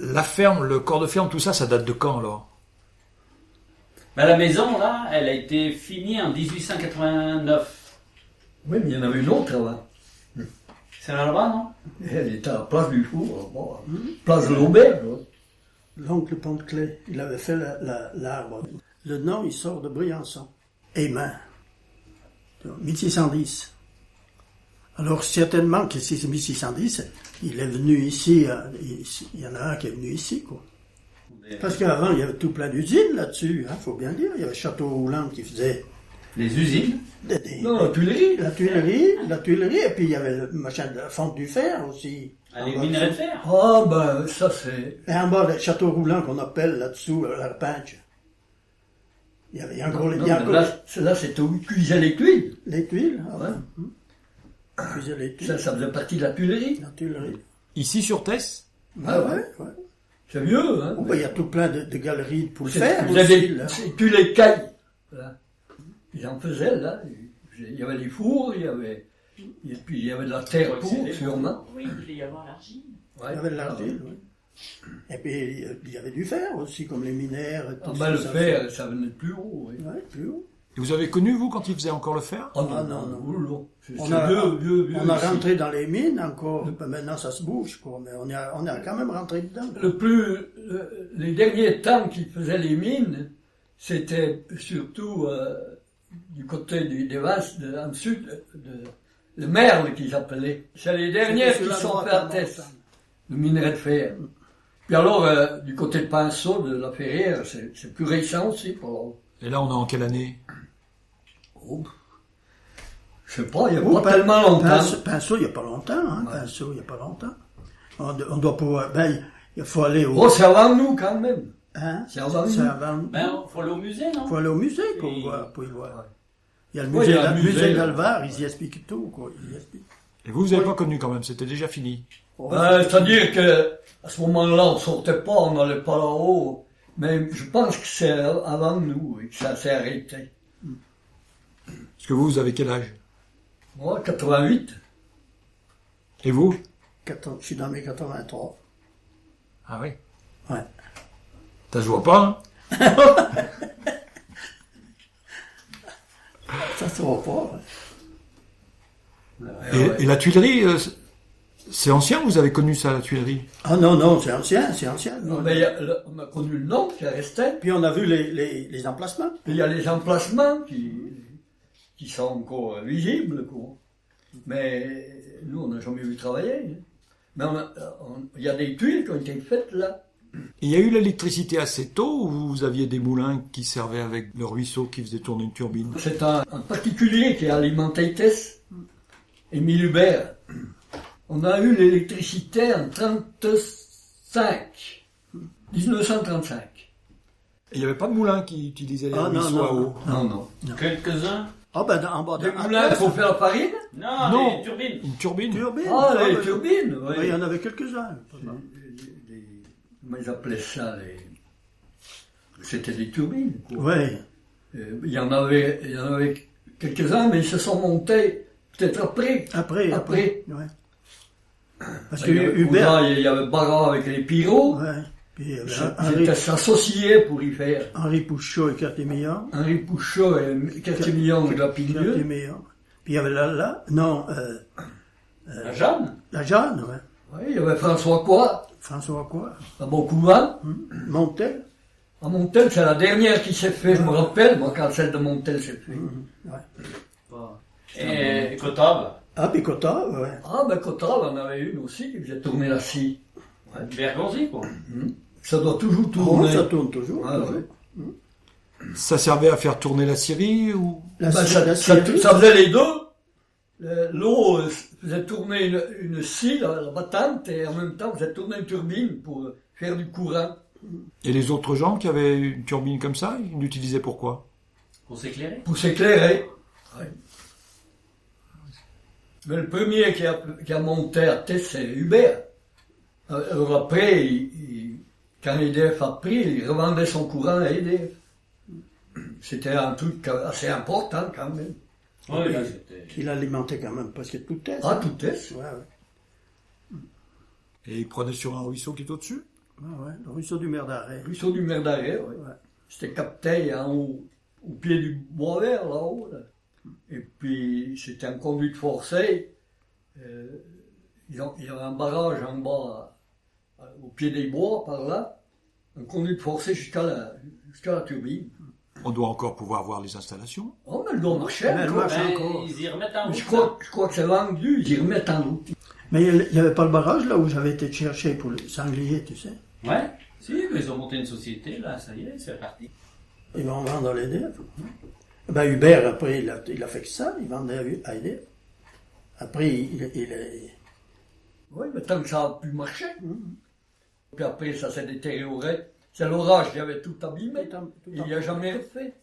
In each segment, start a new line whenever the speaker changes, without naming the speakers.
La ferme, le corps de ferme, tout ça, ça date de quand alors
Bah, la maison, là, elle a été finie en 1889.
Oui, mais il y en avait une autre avant.
C'est là-bas, non
Elle était à Place du Four, bon, Place de l'Auberge. ouais.
L'oncle Pontclet, il avait fait la- la- l'arbre. le nom, il sort de Briançon. Aimant. 1610. Alors, certainement que si c'est 1610, il est venu ici, euh, il il y en a un qui est venu ici, quoi. Parce qu'avant, il y avait tout plein d'usines là-dessus, hein, faut bien dire. Il y avait Château Hollande qui faisait
Les usines.
des- des-
Non, la Tuilerie.
la tuilerie, la tuilerie, et puis il y avait le machin de la fonte du fer aussi.
Ah, Les minerais de fer.
Ah, ben, ça c'est.
Et en bas, le château roulant qu'on appelle là-dessous euh, la panche. Il y avait encore, les, il y a
Non, mais
encore
là, c'est- là, c'était où ils cuisaient les tuiles.
les tuiles. Ah
Ouais.
ouais. Ils faisaient les tuiles.
Ça, ça faisait partie de la Tuilerie.
La tuilerie.
Ici sur Tess
Ah
ouais,
ouais.
ouais.
C'est mieux, hein.
Oh, ben, il y a tout plein de, de galeries pour le
C'est-
faire.
vous
aussi,
avez
là.
tu les cailles. Là. Ils en faisaient, là. Il y avait les fours, il y avait. Et puis il y avait de la terre pour, sûrement.
Oui, il devait y avoir l'argile.
Ouais.
Il y avait de l'argile, oui. Et puis il y avait du fer aussi, comme les minères. et
Ah,
tout
ben,
ça,
le
ça.
fer, ça venait de plus haut. oui.
Ouais, plus haut.
Et Vous avez connu, vous, quand il faisait encore le fer
Ah non,
Ah,
non,
non, non.
non. non. C'est
On
c'est
a-
vieux, vieux, vieux.
On a
ici.
rentré dans les mines encore. Ben, Maintenant, ça se bouge, quoi. Mais on est on est quand même rentré dedans.
Le plus, le- les derniers temps qu'ils faisaient les mines, c'était surtout euh, du côté du, des Vasses, de, en sud, de, de- le Merle qu'ils appelaient. C'est les dernières
C'était
qui
sur la
sont
droite, hein.
faites à
en
tête,
montagne.
le minerai de fer. Puis alors, euh, du côté de Pinceau, de la Ferrière, c'est c'est plus récent aussi. Pour,
Et là, on est en quelle année
oh, je sais pas, il n'y a
Oh,
pas
Pin-
tellement longtemps.
Pinceau, Pinceau, il n'y a pas longtemps. Hein,
Ouais.
Pinceau, il n'y a pas longtemps. On, do- on doit pouvoir. Ben, il- il faut aller au.
Oh, c'est avant nous quand même.
hein,
c'est avant nous.
c'est avant-
Ben, faut aller au musée, non
faut aller au musée pour,
Et-
voir, pour y voir.
Ouais.
Il y a le
Ouais, il
musée,
y a un
d'Al-
musée,
musée
là.
d'Alvar, ils y expliquent tout. Quoi. Ils y expliquent.
Et vous, vous n'avez pas connu quand même, c'était déjà fini.
Oh,
Ben, C'est-à-dire que à ce moment-là, on sortait pas, on n'allait pas là-haut. Mais je pense que c'est avant nous et que ça s'est arrêté.
Parce que vous, vous avez quel âge
Moi, 88.
Et vous
14 je suis dans mes 83.
Ah oui
Ouais.
Ça se voit pas, hein
Ça se voit pas. hein. ouais.
Et, et la Tuilerie, euh, c'est- c'est ancien, vous avez connu ça, la Tuilerie
Ah non, non, c'est ancien, c'est ancien.
Non, mais il y a le- on a connu le nom qui restait.
Puis on a vu les, les, les emplacements.
Puis il y a les emplacements qui, qui sont encore visibles. Quoi. Mais nous, on n'a jamais vu travailler. hein. Mais on a- on- il y a des tuiles qui ont été faites là.
Il y a eu l'électricité assez tôt ou vous aviez des moulins qui servaient avec le ruisseau qui faisait tourner une turbine
C'est un, un particulier qui a alimenté Tess, Émile Hubert. On a eu l'électricité en 35, 1935.
Il n'y avait pas de moulin qui utilisait les
Ah, non,
ruisseaux à
non,
eau
Non, non.
Quelques-uns.
Ah ben, en bas
Des
de
moulins pour faire la farine
Non,
Non.
les turbines.
Une turbine
turbine.
Ah,
Ah,
les
ben,
turbines,
ben,
oui.
Il y en avait quelques-uns.
Les- les- Comment ils appelaient ça les... C'était des turbines. quoi.
Oui.
Euh, Il y en avait, il y en avait quelques-uns, mais ils se sont montés peut-être après.
Après,
Après. Bah,
après. ouais. Parce que
Il y avait
Hubert,
Cousin, il y avait Barra avec les pyros.
ouais. Puis, euh,
Ils
Henri,
étaient associés pour y faire.
Henri Pouchot et Cartémillon.
Henri Pouchot et Catimillon de la Pigneux.
Cartémillon. Puis il y avait la, la non, euh,
La Jeanne.
la Jeanne, ouais.
Oui, il y avait François Quoi,
François quoi
à Beaucouvent.
Montel.
À Montel, c'est la dernière qui s'est fait, je me rappelle, moi, quand celle de Montel s'est fait.
Ah, Et Cotable.
Ah, puis Cotard, ouais.
Ah, ben Cotard en avait une aussi qui faisait tourner la scie.
Bergonzi, quoi.
Ça doit toujours
Oh,
tourner.
ça tourne toujours.
Ah, ouais.
Ça servait à faire tourner la Syrie ou
La,
Ben,
série-
ça,
la
ça-
série-
ça faisait les deux. Le- L'eau euh, faisait tourner une, une scie, la, la battante, et en même temps faisait tourner une turbine pour euh, faire du courant.
Et les autres gens qui avaient une turbine comme ça, ils l'utilisaient pourquoi
Pour s'éclairer.
pour s'éclairer. Mais le premier qui a, qui a monté à tête, c'est Hubert. Euh, Alors après, il- il- quand EDF a pris, il revendait son courant à EDF. C'était un truc assez important quand même.
Oui, là, c'était.
Il alimentait quand même, parce que tout est.
Ah, tout est.
Ouais, ouais.
Et ils prenaient sur un ruisseau qui est au-dessus
Ouais, Ah, ouais, le ruisseau du Merdaret.
Ruisseau du Merdaret, oui.
Ouais.
C'était capté en haut, au pied du bois vert, là-haut. là. Et puis, c'était en conduite forcée. Euh, ils ont- il y avait un barrage en bas, à- au pied des bois, par là. En conduite forcée jusqu'à la, jusqu'à la turbine.
On doit encore pouvoir voir les installations.
Oh, mais le doit marcher.
Mais elle
encore.
marche.
Ben,
encore.
ils y remettent en route.
Je crois, je crois que c'est vendu, ils y remettent en route.
Mais il n'y avait pas le barrage là où j'avais été te chercher pour le sanglier, tu sais.
Ouais. Si, mais ils ont monté une société, là, ça y est, c'est parti.
Ils vont vendre à l'EDF. Ben, Hubert, après, il a, il a fait que ça, il vendait à l'EDF. Après, il, il, il-
Oui, mais tant que ça a pu marcher.
Mmh.
Puis après, ça s'est détérioré. C'est l'orage qui avait tout abîmé.
Tout ab- tout
Il n'y
abîmé.
a jamais refait.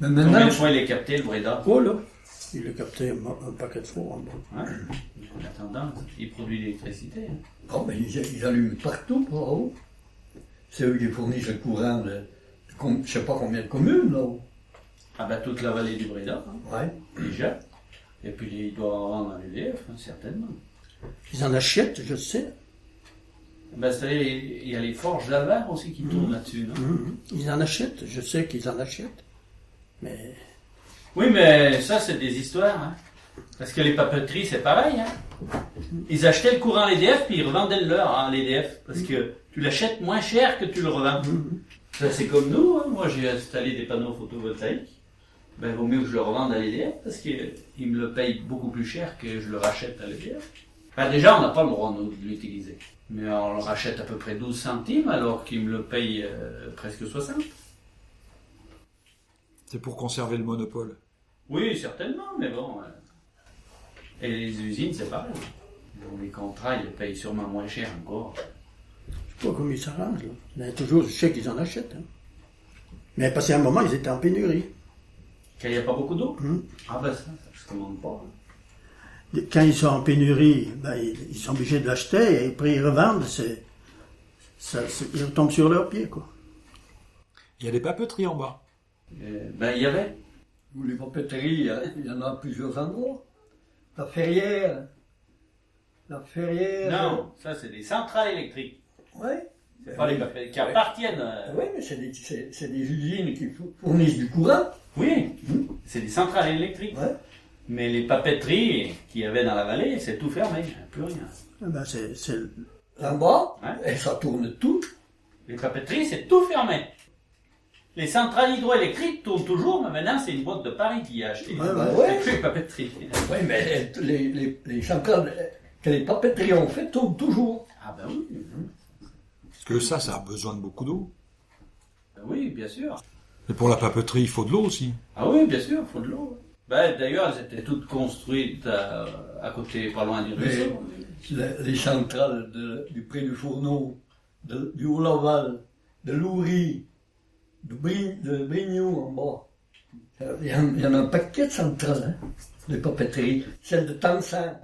Mais
Combien
maintenant,
de fois il est capté, le Breda
Oh là Il l'a capté un, mo- un paquet de fois. en bas.
Ouais. En attendant, il produit de l'électricité. hein.
oh, ben, ils, ils allument partout là-haut. C'est eux qui fournissent le courant de, de com- je ne sais pas combien de communes là-haut.
Ah bah toute la vallée du Breda, hein,
Ouais.
déjà. Et puis il doit en vendre à l'UDF, hein, certainement.
Ils en achètent, je sais.
Bah, C'est-à-dire, il il y a les forges d'Avare aussi qui tournent là-dessus, non
Mhm. Ils en achètent, je sais qu'ils en achètent. Mais
Oui, mais ça, c'est des histoires. hein. Parce que les papeteries, c'est pareil. hein. Ils achetaient le courant à l'EDF, puis ils revendaient le leur à l'EDF. Parce que tu l'achètes moins cher que tu le revends. Ça, c'est comme nous. hein. Moi, j'ai installé des panneaux photovoltaïques. Ben, vaut mieux que je le revende à l'EDF, parce qu'ils me le payent beaucoup plus cher que je le rachète à l'EDF. Ben, déjà, on n'a pas le droit, nous, de l'utiliser. Mais on le rachète à peu près 12 centimes, alors qu'ils me le payent euh, presque 60.
C'est pour conserver le monopole.
Oui, certainement, mais bon. euh, Et les usines, c'est pareil. Bon, les contrats, ils payent sûrement moins cher encore.
je sais pas comment ils s'arrangent. là. Il y en a toujours, je sais qu'ils en achètent. hein. Mais parce qu'à un moment, ils étaient en pénurie.
Quand il n'y a pas beaucoup d'eau
Mhm.
Ah ben ça, ça, je commande pas. hein.
Quand ils sont en pénurie, ben, ils, ils sont obligés de l'acheter et après ils revendent. C'est, ça- c'est- ils retombent sur leurs pieds. Quoi.
Il y a des papeteries en bas.
Euh, ben il y avait.
Ou les papeteries, hein, il y en a à plusieurs endroits. La ferrière. La ferrière.
Non, ça c'est des centrales électriques.
Ouais.
C'est pas les papiers qui appartiennent. euh,
Oui, mais c'est des, c'est- c'est des usines qui fou- fournissent du courant.
Oui, c'est des centrales électriques.
Ouais.
Mais les papeteries qu'il y avait dans la vallée, c'est tout fermé, plus rien.
Eh Ben, c'est, c'est le-
En bas,
Ouais.
et ça tourne tout.
Les papeteries, c'est tout fermé. Les centrales hydroélectriques tournent toujours, mais maintenant c'est une boîte de Paris qui a acheté.
Ouais,
ouais,
C'est
ouais.
plus les papeteries.
Oui, mais euh, les, les, les centrales euh, que les papeteries ont fait tournent toujours.
Ah ben oui, mhm.
Parce que ça, ça a besoin de beaucoup d'eau.
Ben oui, bien sûr.
Et pour la papeterie, il faut de l'eau aussi.
Ah oui, bien sûr, faut de l'eau. Ben d'ailleurs, elles étaient toutes construites euh, à, à côté, pas loin du ruisseau.
Les, les centrales de- du Pré du Fourneau, de- du Haut-Laval, de Loury, de, Bri- de Brignoux en bas. Euh, Il y, en, il y en a un paquet de centrales, hein, de papeteries. Celle de Tansan,